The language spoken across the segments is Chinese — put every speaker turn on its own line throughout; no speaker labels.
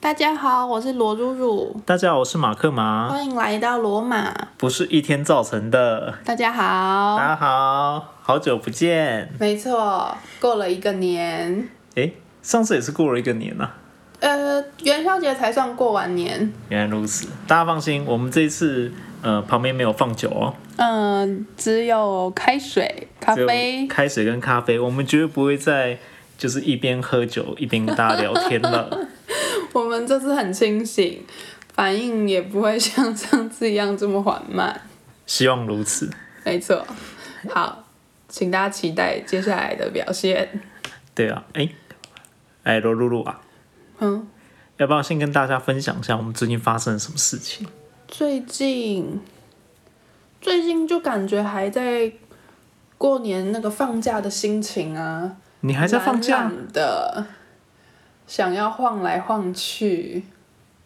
大家好，我是罗露露，
大家好，我是马克麻，
欢迎来到罗马。
不是一天造成的。
大家好，
大家好，好久不见。
没错，过了一个年，
诶，上次也是过了一个年啊呐、
呃，元宵节才算过完年。
原来如此。大家放心，我们这一次呃旁边没有放酒哦，
嗯、只有开水、咖
只有
啡。
开水跟咖啡，我们绝对不会再就是一边喝酒一边跟大家聊 天了。
我们这次很清醒，反应也不会像上次一样这么缓慢。
希望如此。
没错，好，请大家期待接下来的表现。
对啊，诶，哎，罗露露啊，
嗯，
要不要先跟大家分享一下我们最近发生了什么事情？
最近，最近就感觉还在过年那个放假的心情啊，
你还在放假？
懒懒的，想要晃来晃去。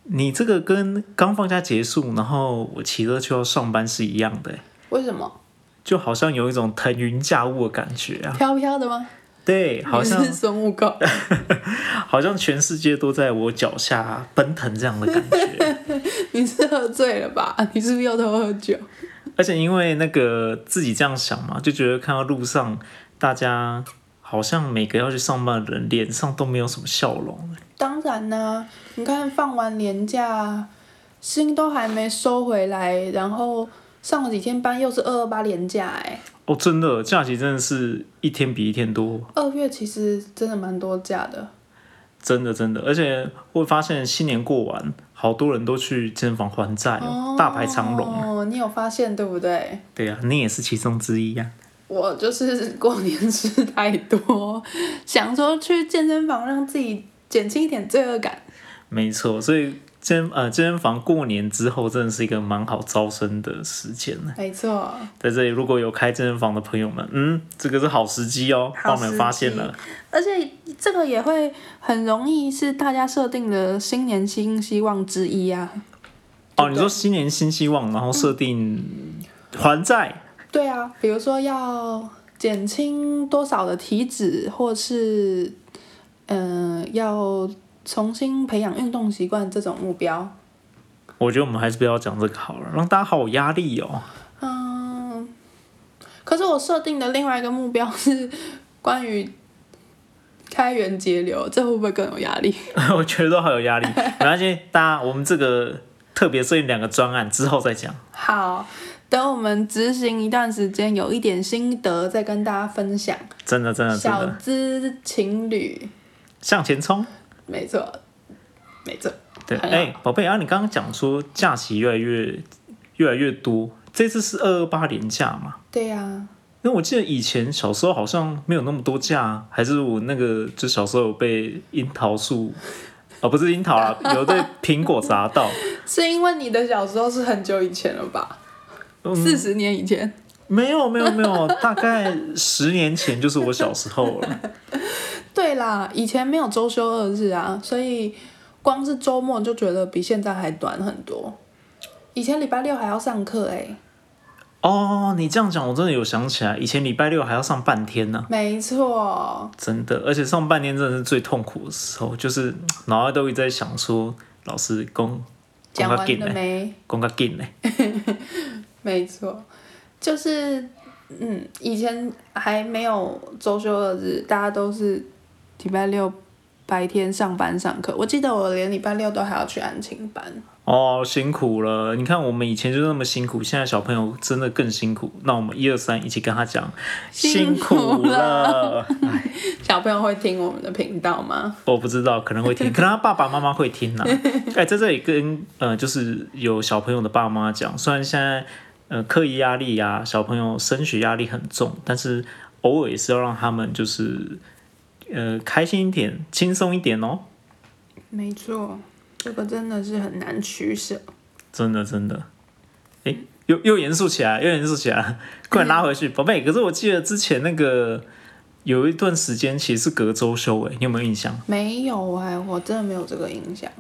你这个跟刚放假结束，然后我骑车去要上班是一样的欸，
为什么？
就好像有一种腾云驾雾的感觉啊！
飘飘的吗？
对，好像
你是孙悟空。
好像全世界都在我脚下奔腾这样的感觉，
你是喝醉了吧？你是不是又偷喝酒？
而且因为那个自己这样想嘛，就觉得看到路上大家好像每个要去上班的人脸上都没有什么笑容，
当然啦、你看放完年假，心都还没收回来，然后上了几天班，又是二二八年假、哎，
哦，真的假期真的是一天比一天多，
二月其实真的蛮多假的。
真的真的，而且会发现新年过完，好多人都去健身房还债哦，大排长龙。
哦，你有发现对不对？
对呀、你也是其中之一啊呀、
我就是过年吃太多，想说去健身房让自己减轻一点罪恶感。
没错，所以健呃健身房过年之后真的是一个蛮好招生的时间呢。
没错，
在这里，如果有开健身房的朋友们，嗯，这个是好时机哦，
好
帮
时
我
机
们发现了。
而且这个也会很容易是大家设定的新年新希望之一啊。
哦，你说新年新希望，然后设定还债，
对啊，比如说要减轻多少的体脂，或是嗯、呃要重新培养运动习惯这种目标。
我觉得我们还是不要讲这个好了，让大家好有压力哦。
嗯，可是我设定的另外一个目标是关于开源节流，这会不会更有压力？
我觉得都好有压力。没关系，大家我们这个特别设定两个专案之后再讲。
好，等我们执行一段时间，有一点心得再跟大家分享。
真嗯的，真的，真
小
的，
资情侣，
向前冲。
没错，没错。
对，
很
哎、宝贝，啊，你刚刚讲说假期越来越越来越多，这次是二二八连假嘛？
对呀、
因为我记得以前小时候好像没有那么多假，还是我那个就小时候有被樱桃树，哦，不是樱桃啦，有被苹果砸到。
是因为你的小时候是很久以前了吧？
嗯，
四十、年以前，
没有没有没有，大概十年前就是我小时候了。
对啦，以前没有周休二日啊，所以光是周末就觉得比现在还短很多。以前礼拜六还要上课哎、
哦，你这样讲，我真的有想起来，以前礼拜六还要上半天呢、
没错，
真的，而且上半天真的是最痛苦的时候，就是嗯脑袋都一直在想说，老师公
讲完
紧
了
嘞，
没？
公较紧嘞，
没错，就是嗯，以前还没有周休二日，大家都是礼拜六白天上班上课。我记得我连礼拜六都还要去安亲班。
哦，辛苦了。你看我们以前就那么辛苦，现在小朋友真的更辛苦。那我们一二三一起跟他讲，
辛
辛
苦
苦 了。哎
小朋友会听我们的频道吗？
我不知道，可能会听，可能他爸爸妈妈会听啦、哎、在这里跟呃，就是有小朋友的爸妈讲，虽然现在呃课业压力啊，小朋友升学压力很重，但是偶尔也是要让他们就是呃开心一点，轻松一点哦。
没错，这个真的是很难取舍。
真的真的，哎、又又严肃起来，又严肃起来，快点拉回去，宝贝。可是我记得之前那个有一段时间其实是隔周休，哎，你有没有印象？
没有哎、我真的没有这个印象。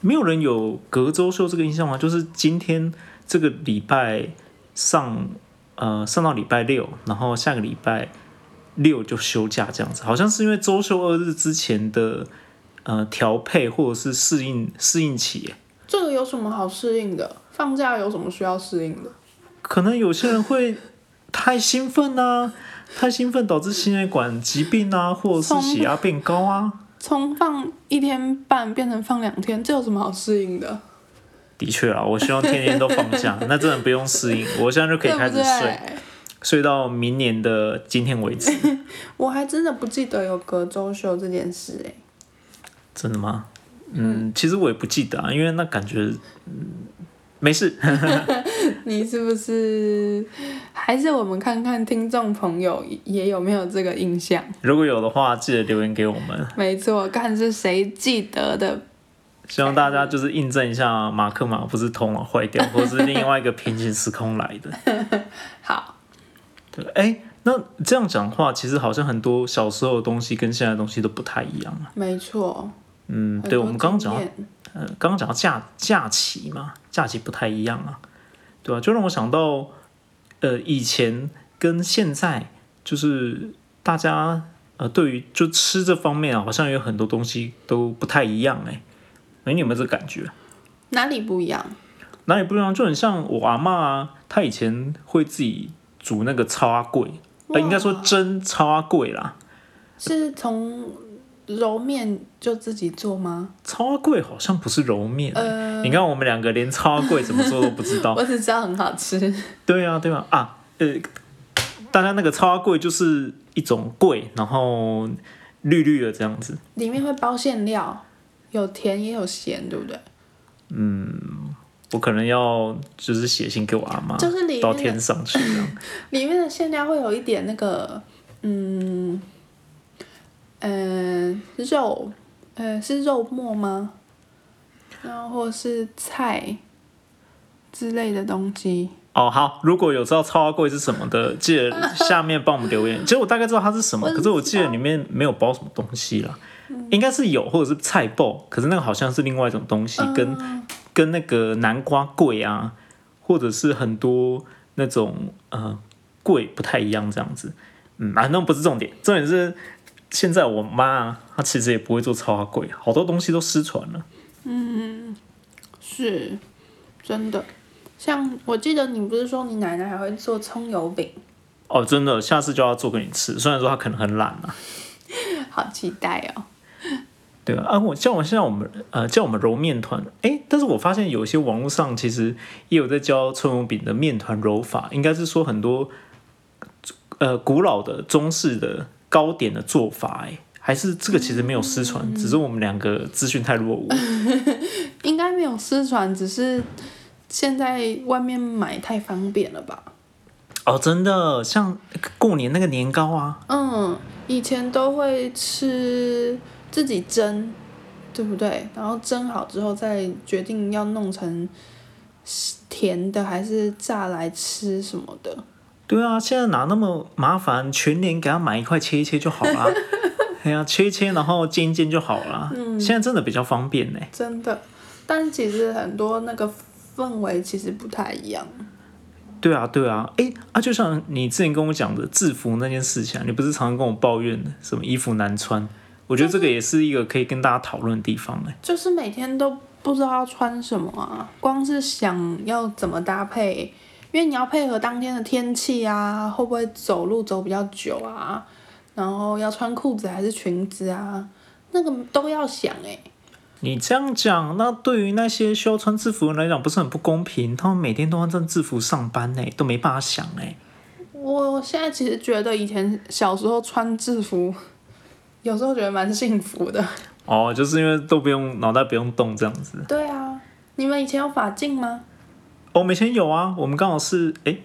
没有人有隔周休这个印象吗？就是今天这个礼拜上呃上到礼拜六，然后下个礼拜六就休假这样子，好像是因为周休二日之前的呃调配或者是适应适应期耶。
这个有什么好适应的？放假有什么需要适应的？
可能有些人会太兴奋啊，太兴奋导致心血管疾病啊，或者是血压变高啊。
从放一天半变成放两天，这有什么好适应的？
的确啊，我希望天天都放假， 那真的不用适应，我现在就可以
对
开
不
始睡，
对？
睡到明年的今天为止。
我还真的不记得有隔周休这件事哎、
真的吗？嗯，其实我也不记得啊，因为那感觉，嗯，没事，
你是不是？还是我们看看听众朋友也有没有这个印象？
如果有的话，记得留言给我们。
没错，看是谁记得的。
希望大家就是印证一下，马克马不是头脑坏 掉，或是另外一个平行时空来的。
好，
对，哎、那这样讲的话，其实好像很多小时候的东西跟现在的东西都不太一样啊。
没错。
嗯，
很
对，
多
我们刚刚讲到
经验
呃，刚刚讲到假假期嘛，假期不太一样啊，对吧、就让我想到，呃，以前跟现在，就是大家呃，对于就吃这方面啊，好像有很多东西都不太一样哎、欸，哎，你有没有这感觉？
哪里不一样？
哪里不一样？就很像我阿嬷啊，她以前会自己煮那个超阿贵，呃，
哇
应该说蒸超阿贵啦，
是从揉面就自己做吗？
超阿贵好像不是揉面欸、
呃，
你看我们两个连超阿贵怎么做都不知道。
我只知道很好吃。
对啊，对啊，啊，呃，大家那个超贵就是一种贵，然后绿绿的这样子，
里面会包馅料，有甜也有咸，对不对？
我可能要就是写信给我阿妈，
就是里
到
面
天
的
上去这样。
里面的馅料会有一点那个，嗯，嗯、肉，呃，是肉末吗？然后或是菜之类的东西。
哦，好，如果有知道超贵是什么的，记得下面帮我 们留言。其实我大概知道它是什么，
我也
可
不嗯
是我记得里面没有包什么东西啦，应该是有或者是菜爆，可是那个好像是另外一种东
嗯
西，跟跟那个南瓜贵啊，或者是很多那种呃贵不太一样这样子。嗯啊，那不是重点，重点是现在我妈啊她其实也不会做超贵，好多东西都失传了。
是，真的。像我记得你不是说你奶奶还会做葱油饼，
哦，真的，下次就要做给你吃。虽然说她可能很懒啊，
好期待哦。
对啊，啊，我像我现在我们呃叫我们揉面团，诶，但是我发现有些网络上其实也有在教葱油饼的面团揉法，应该是说很多呃古老的中式的糕点的做法，诶，还是这个其实没有失传，只是我们两个资讯太落伍。
应该没有失传，只是现在外面买太方便了吧？
哦，真的，像过年那个年糕啊，
嗯，以前都会吃自己蒸，对不对？然后蒸好之后再决定要弄成甜的还是炸来吃什么的。
对啊，现在哪那么麻烦？全年给他买一块切一切就好 啦。哎呀、切一切，然后煎一煎就好啦。现在真的比较方便呢、
真的，但其实很多那个氛围其实不太一样。
对啊，对啊，哎啊，就像你之前跟我讲的制服那件事情、啊，你不是常常跟我抱怨的什么衣服难穿？我觉得这个也是一个可以跟大家讨论的地方哎、
就是每天都不知道要穿什么啊，光是想要怎么搭配，因为你要配合当天的天气啊，会不会走路走比较久啊，然后要穿裤子还是裙子啊，那个都要想哎、
你这样讲，那对于那些需要穿制服的人来讲，不是很不公平？他们每天都要穿制服上班呢、都没办法想哎、
我现在其实觉得以前小时候穿制服，有时候觉得蛮幸福的。
哦，就是因为都不用脑袋不用动这样子。
对啊，你们以前有法镜吗？
哦我们以前有啊，我们刚好是哎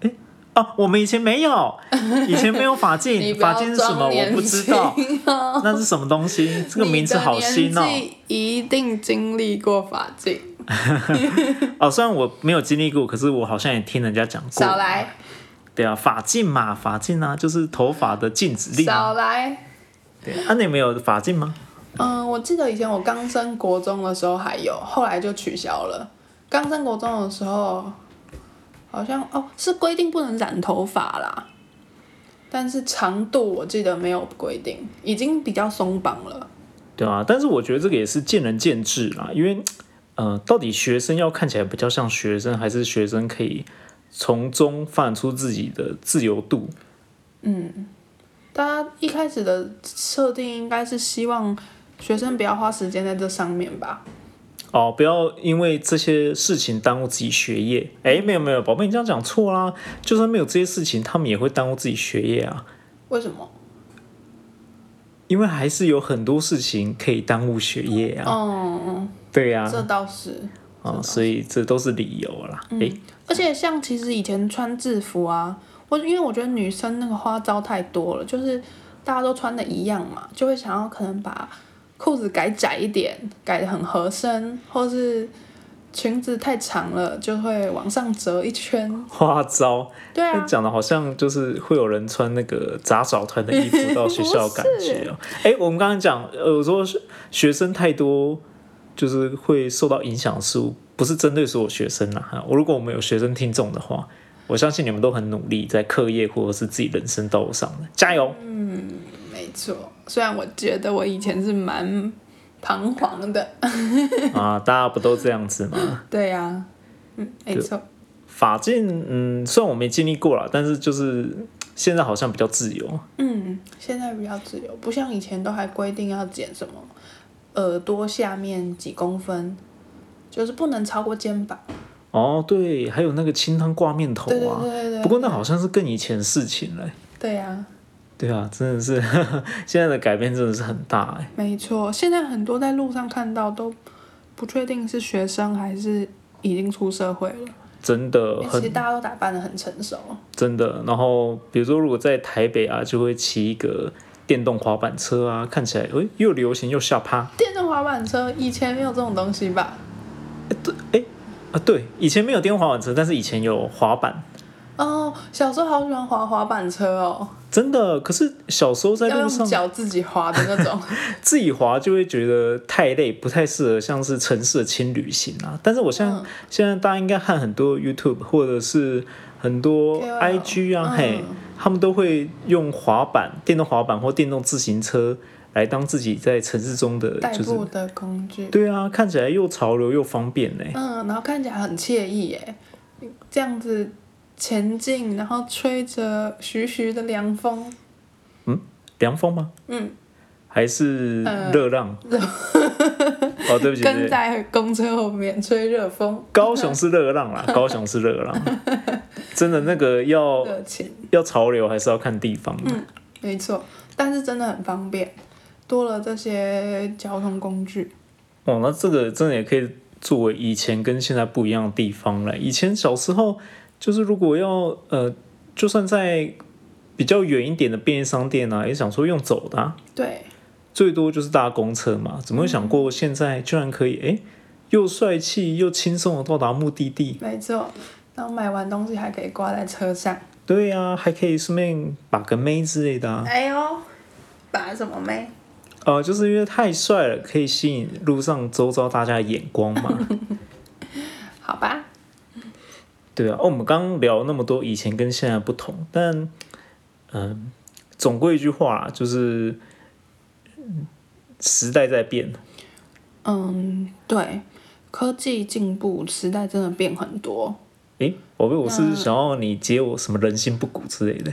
哎哦，我们以前没 有，以前没有法
你
镜，
不要
法镜是什么
装
我
年
不知道，
轻哦
那是什么东西？这个名字好新
你的
哦。
年纪一定经历过法镜，
哦，虽然我没有经历过，可是我好像也听人家讲过。
少来
对啊，发禁嘛，发禁啊，就是头发的禁止令啊。
少来。
对啊，你们有发禁吗？
嗯，我记得以前我刚升国中的时候还有，后来就取消了。刚升国中的时候，好像哦是规定不能染头发啦，但是长度我记得没有规定，已经比较松绑了。
对啊，但是我觉得这个也是见仁见智啦，因为呃，到底学生要看起来比较像学生，还是学生可以从中发展出自己的自由度？
大家一开始的设定应该是希望学生不要花时间在这上面吧？
哦，不要因为这些事情耽误自己学业。哎，没有没有，宝贝，你这样讲错啦。就算没有这些事情，他们也会耽误自己学业啊，
为什么？
因为还是有很多事情可以耽误学业啊。
哦，
对呀、
这倒是。嗯
啊，所以这都是理由啦。哎、
而且像其实以前穿制服啊，我因为我觉得女生那个花招太多了，就是大家都穿的一样嘛，就会想要可能把裤子改窄一点，改得很合身，或是裙子太长了就会往上折一圈。
花招，
对啊，
讲的好像就是会有人穿那个杂耍团的衣 服到学校，感觉哦、哎、我们刚刚讲，呃，我说是学生太多，就是会受到影响，是不是针对所有学生啦？哈，我如果我们有学生听众的话，我相信你们都很努力在课业或者是自己人生道路上的，加油！
没错。虽然我觉得我以前是蛮彷徨的， 嗯
啊，大家不都这样子吗？
对呀、啊，嗯，没错。
法禁，嗯，虽然我没经历过啦，但是就是现在好像比较自由。
嗯，现在比较自由，不像以前都还规定要剪什么耳朵下面几公分，就是不能超过肩膀。
哦，对，还有那个清汤挂面头
对对
啊，
对对对。
不过那好像是更以前的事情了欸。
对呀、
对啊，真的是 现在的改变真的是很大哎。
没错。现在很多在路上看到都不确定是学生还是已经出社会了，
真的
因为其实
很
大家都打扮的很成熟。
真的，然后比如说，如果在台北啊，就会骑一个电动滑板车啊，看起来诶又流行又下趴
电动滑板车以前没有这种东西吧？
啊。对，以前没有电动滑板车，但是以前有滑板，
哦，小时候好喜欢滑滑板车哦，
真的。可是小时候在
要
路
用
上
脚自己滑的那 种。
自己滑就会觉得太累，不太适合像是城市的轻旅行啊。但是我现在、
嗯
现在大家应该看很多 YouTube 或者是很多
KOL
IG
嗯
啊，嘿，他们都会用滑板、电动滑板或电动自行车来当自己在城市中的
代
就是
步的工具。
对啊，看起来又潮流又方便呢、
嗯，然后看起来很惬意耶，这样子前进，然后吹着徐徐的凉风，
凉风吗？
嗯，
还是
呃
热浪？哦，对不起，对不
跟
起。
在公车后面吹热风，
高雄是热浪啦，高雄是热 浪，真的那个要
热情，
要潮流还是要看地方的。
没错，但是真的很方便，多了这些交通工具。
哦，那这个真的也可以作为以前跟现在不一样的地方了。以前小时候就是如果要呃，就算在比较远一点的便利商店啊，也想说用走的、啊，
对，
最多就是搭公车嘛。怎么会想过现在居然可以哎、诶又帅气又轻松的到达目的地？
没错，然后买完东西还可以挂在车上。
对啊，还可以顺便把个妹之类的啊。
哎呦，把什么妹？
呃，就是因为太帅了，可以吸引路上周遭大家的眼光嘛。
好吧，
对啊，哦，我们刚刚聊那么多以前跟现在不同，但嗯、总归一句话啦，就是嗯时代在变，
嗯，对，科技进步，时代真的变很多。
诶，宝贝，我是不是想要你接我什么人心不古之类的，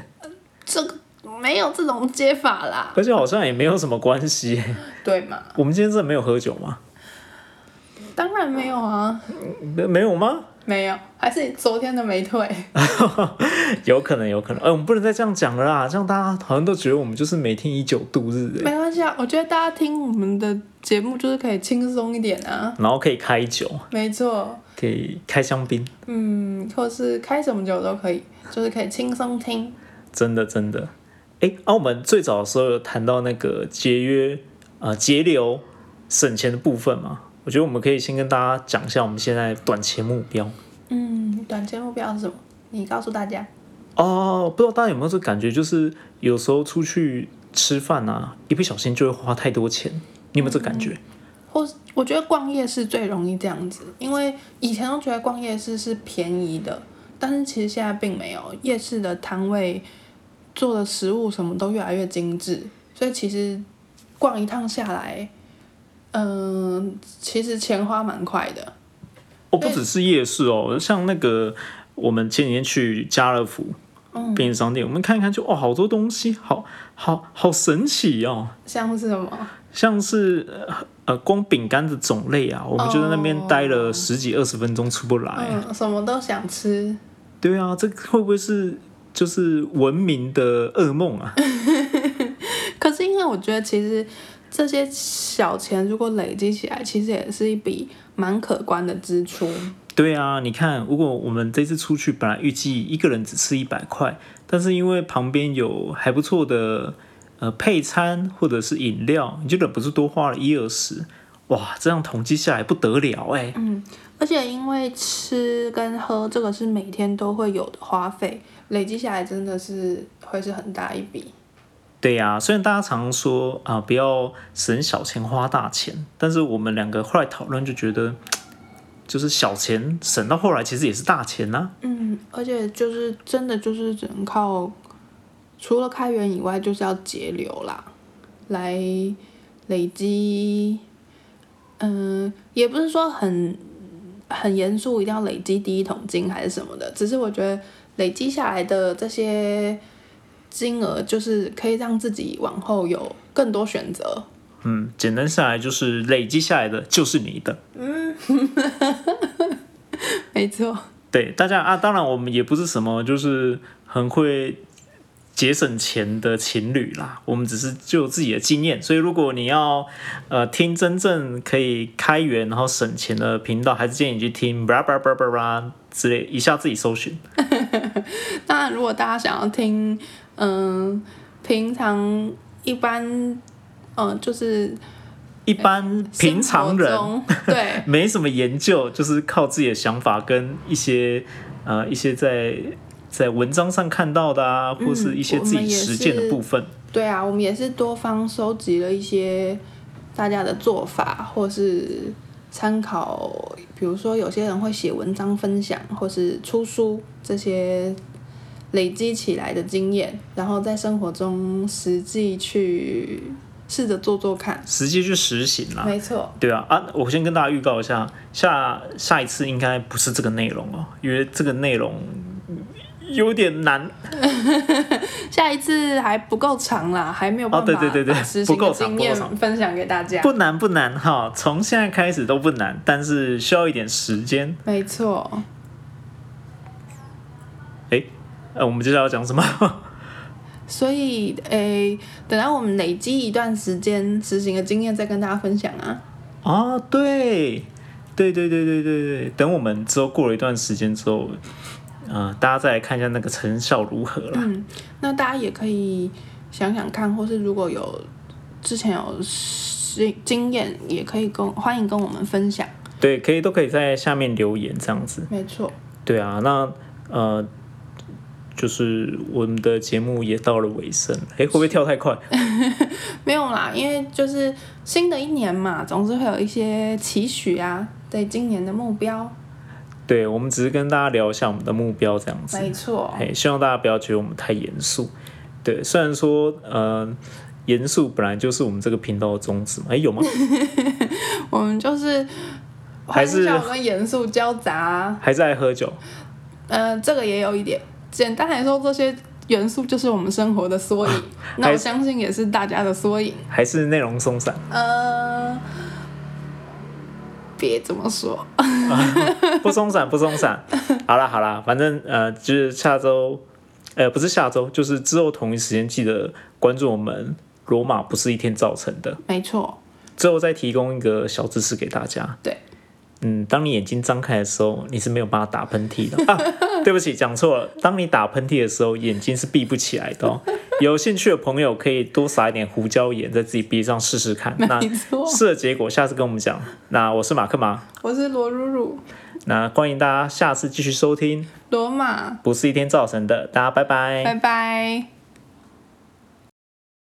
这个没有这种接法啦，
而且好像也没有什么关系。
对嘛？
我们今天真的没有喝酒吗？
当然没有啊，
没没有吗？
没有，还是你昨天的没退。
有可能，有可能。哎、我们不能再这样讲了啦，这样大家好像都觉得我们就是每天以酒度日、诶
没关系啊，我觉得大家听我们的节目就是可以轻松一点啊。
然后可以开酒，
没错，
可以开香槟，
嗯，或是开什么酒都可以，就是可以轻松听。
真的真的。哎，啊，我们最早的时候有谈到那个节约、呃节流、省钱的部分嘛，我觉得我们可以先跟大家讲一下我们现在短期目标。
嗯，短期目标是什么？你告诉大家。
哦，不知道大家有没有这感觉，就是有时候出去吃饭啊，一不小心就会花太多钱，你有没有这感觉？
或是我觉得逛夜市最容易这样子，因为以前都觉得逛夜市是便宜的，但是其实现在并没有，夜市的摊位做的食物什么都越来越精致，所以其实逛一趟下来，嗯，其实钱花蛮快的。
哦，不只是夜市哦，像那个我们前几天去家乐福便利商店，我们看一看就哦，好多东西，好好好神奇哦，
像是什么？
像是呃呃光饼干的种类啊，我们就在那边
哦
待了十几二十分钟出不来。
嗯，什么都想吃。
对啊，这会不会是就是文明的噩梦啊？
可是因为我觉得其实这些小钱如果累积起来，其实也是一笔蛮可观的支出。
对啊，你看，如果我们这次出去，本来预计一个人只吃一百块，但是因为旁边有还不错的呃配餐或者是饮料，你就忍不住多花了一二十，哇，这样统计下来不得了哎、
而且因为吃跟喝这个是每天都会有的花费，累积下来真的是会是很大一笔。
对呀、虽然大家常说啊、不要省小钱花大钱，但是我们两个后来讨论就觉得，嗯就是小钱省到后来其实也是大钱呐、
嗯，而且就是真的就是只能靠，除了开源以外，就是要节流啦，来累积。嗯，也不是说很很严肃，一定要累积第一桶金还是什么的，只是我觉得累积下来的这些金额，就是可以让自己往后有更多选择。
嗯，简单下来就是累积下来的就是你的。
没错。
对大家啊，当然我们也不是什么就是很会节省钱的情侣啦，我们只是就自己的经验。所以如果你要呃听真正可以开源然后省钱的频道，还是建议你去听 blah blah blah blah blah 之类，以下自己搜寻。
当然，如果大家想要听，嗯，平常一般，嗯，就是
一般平常
生
人
活中对
没什么研究，就是靠自己的想法跟一些呃一些在在文章上看到的啊，或是一些自
我
己
们也是
实践的部分。
对啊，我们也是多方收集了一些大家的做法，或是参考，比如说有些人会写文章分享，或是出书这些累积起来的经验，然后在生活中实际去试着做做看。
实际去实行啦，
嗯没错，
对啊，啊，我先跟大家预告一下，下下一次应该不是这个内容哦，因为这个内容嗯有点难
下一次还不够长啦，还没有办法
哦对对对对
把实
不
行
够
的
长
经
不够
验
长
分享给大家。
不难不难哈，从现在开始都不难，但是需要一点时间。
没错，
诶，呃，我们接下来要讲什么？
所以诶，等到我们累积一段时间实行的经验，再跟大家分享啊。
哦，对，对对对对对对，等我们之后过了一段时间之后，呃，大家再来看一下那个成效如何啦。
嗯，那大家也可以想想看，或是如果有之前有实经验，也可以跟欢迎跟我们分享。
对，可以都可以在下面留言这样子。
没错，
对啊，那呃，就是我们的节目也到了尾声，哎、会不会跳太快？
没有啦，因为就是新的一年嘛，总是会有一些期许啊，对今年的目标。
对，我们只是跟大家聊一下我们的目标这样子。
没错，
哎，希望大家不要觉得我们太严肃。对，虽然说，呃，严肃本来就是我们这个频道的宗旨嘛。哎，有吗？
我们嗯就是
还是
欢笑跟严肃交杂啊。
还在喝酒？
呃，这个也有一点。简单来说，这些元素就是我们生活的缩影。
啊
那我相信也是大家的缩影。
还是内容松散？
呃，别这么说，
不松散，不 松散。好啦，好啦，反正呃，就是下周，呃，不是下周，就是之后同一时间记得关注我们。罗马不是一天造成的。
没错，
最后再提供一个小知识给大家。
对，
嗯，当你眼睛张开的时候，你是没有办法打喷嚏的。 啊、对不起，讲错了。当你打喷嚏的时候，眼睛是闭不起来 的、哦。有兴趣的朋友可以多撒一点胡椒盐在自己鼻上试试看。那
没错。
试的结果下次跟我们讲。那我是马克马，
我是罗露露，
那欢迎大家下次继续收听，
罗马，
不是一天造成的。大家拜拜
拜拜。